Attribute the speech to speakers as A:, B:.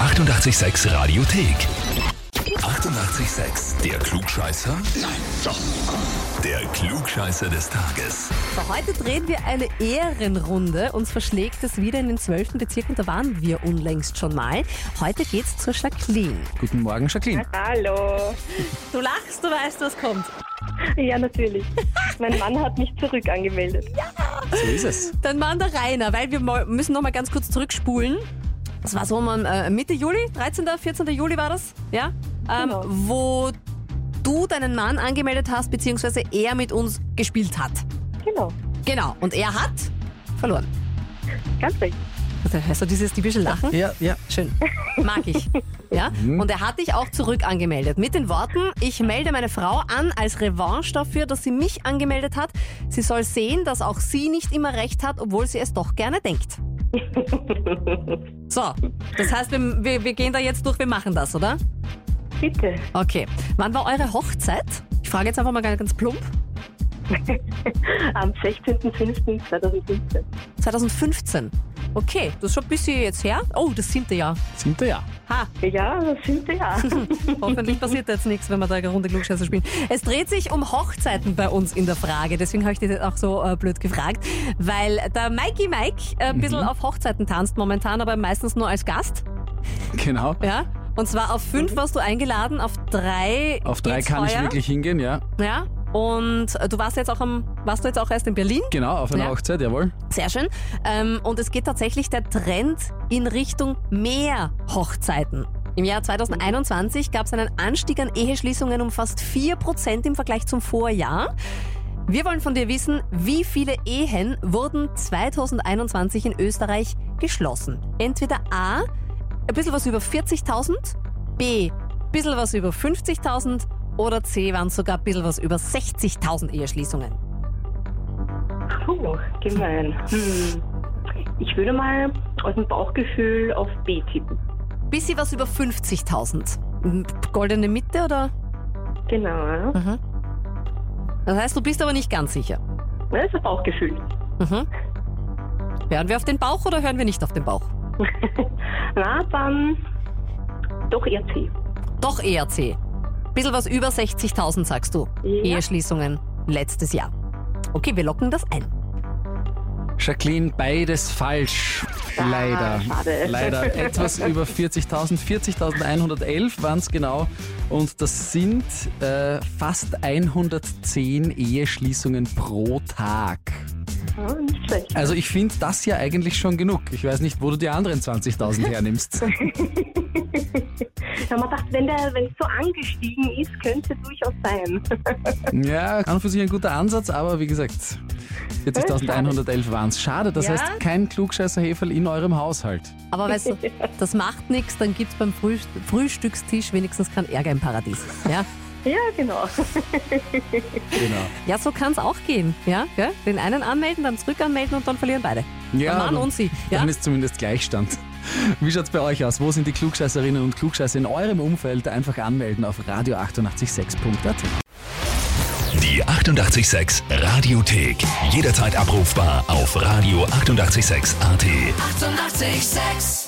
A: 886 Radiothek. 88,6. Der Klugscheißer? Nein, doch. Der Klugscheißer des Tages.
B: So, heute drehen wir eine Ehrenrunde. Uns verschlägt es wieder in den 12. Bezirk und da waren wir unlängst schon mal. Heute geht's zur Jacqueline.
C: Guten Morgen, Jacqueline.
D: Hallo.
B: Du lachst, du weißt, was kommt.
D: Ja, natürlich. mein Mann hat mich zurück angemeldet.
C: So ist es.
B: Dein Mann, der Rainer, weil wir mal, müssen noch mal ganz kurz zurückspulen. Das war so um äh, Mitte Juli, 13., 14. Juli war das, ja? Ähm,
D: Genau.
B: Wo du deinen Mann angemeldet hast, beziehungsweise er mit uns gespielt hat.
D: Genau.
B: Genau. Und er hat verloren.
D: Ganz recht.
B: Also, Hörst du dieses typische Lachen?
C: Ja, ja.
B: Schön. Mag ich. Ja? Und er hat dich auch zurück angemeldet. Mit den Worten, ich melde meine Frau an als Revanche dafür, dass sie mich angemeldet hat. Sie soll sehen, dass auch sie nicht immer recht hat, obwohl sie es doch gerne denkt. So, das heißt, wir, wir, wir gehen da jetzt durch, wir machen das, oder?
D: Bitte.
B: Okay. Wann war eure Hochzeit? Ich frage jetzt einfach mal ganz, ganz plump.
D: Am 16.05.2015.
B: 2015. Okay, das ist schon ein bisschen jetzt her. Oh, das siebte Jahr.
C: Siebte Jahr.
B: Ha,
D: Ja, das siebte Jahr.
B: Hoffentlich passiert jetzt nichts, wenn wir da eine Runde Klugscheiße spielen. Es dreht sich um Hochzeiten bei uns in der Frage. Deswegen habe ich dich auch so äh, blöd gefragt. Weil der Mikey Mike äh, ein
C: Mhm.
B: bisschen auf Hochzeiten tanzt momentan, aber meistens nur als Gast.
C: Genau.
B: Ja? Und zwar auf fünf warst du eingeladen, auf drei.
C: Mhm. Auf drei
B: geht's
C: kann ich
B: heuer.
C: wirklich hingehen, ja.
B: Ja? Und äh, du warst jetzt auch am, warst du jetzt auch erst in Berlin?
C: Genau, auf einer
B: Ja.
C: Hochzeit, jawohl.
B: Sehr schön. Ähm, und es geht tatsächlich der Trend in Richtung mehr Hochzeiten. Im Jahr 2021 gab es einen Anstieg an Eheschließungen um fast 4% im Vergleich zum Vorjahr. Wir wollen von dir wissen, wie viele Ehen wurden 2021 in Österreich geschlossen? Entweder A, ein bisschen was über 40.000, B, ein bisschen was über 50.000 oder C, waren es sogar ein bisschen was über 60.000 Eheschließungen.
D: Puh, gemein. Hm. Ich würde mal aus dem Bauchgefühl auf B tippen.
B: Bisschen was über 50.000. M, Goldene Mitte oder?
D: Genau. ja.
B: Das heißt, du bist aber nicht ganz sicher.
D: Das ist ein Bauchgefühl.
B: Mhm. Hören wir auf den Bauch oder hören wir nicht auf den Bauch?
D: Na, dann doch eher C.
B: Doch eher C. Bisschen was über 60.000, sagst du.
D: Ja.
B: Eheschließungen letztes Jahr. Okay, wir locken das ein.
C: Jacqueline, beides falsch.
B: Ah,
C: Leider.
D: schade.
C: Leider. Etwas über 40.000. 40.111 waren es genau. Und das sind äh, fast 110 Eheschließungen pro Tag.
D: Ja, Ah, nicht schlecht.
C: Also ich finde das ja eigentlich schon genug. Ich weiß nicht, wo du die anderen 20.000
D: Ich
C: hernimmst.
D: habe mir gedacht, wenn der, wenn es so angestiegen ist, könnte durchaus sein.
C: Ja, an und für sich ein guter Ansatz, aber wie gesagt, 40.111 waren es. Schade, das
B: Ja.
C: heißt kein klugscheißer Heferl in eurem Haushalt.
B: Aber weißt du, das macht nichts, dann gibt's beim Früh Frühstückstisch wenigstens keinen Ärger im Paradies. Ja,
D: Ja, genau.
C: Genau.
B: ja so kann's auch gehen. Ja, gell? Den einen anmelden, dann zurück anmelden und dann verlieren beide.
C: Ja,
B: Mann
C: dann-
B: und sie. Ja?
C: Dann ist zumindest Gleichstand. Wie schaut's bei euch aus? Wo sind die Klugscheißerinnen und Klugscheißer in eurem Umfeld? Einfach anmelden auf radio886.at.
A: Die 88,6 Radiothek. Jederzeit abrufbar auf radio886.at. 88,6.
B: Sex.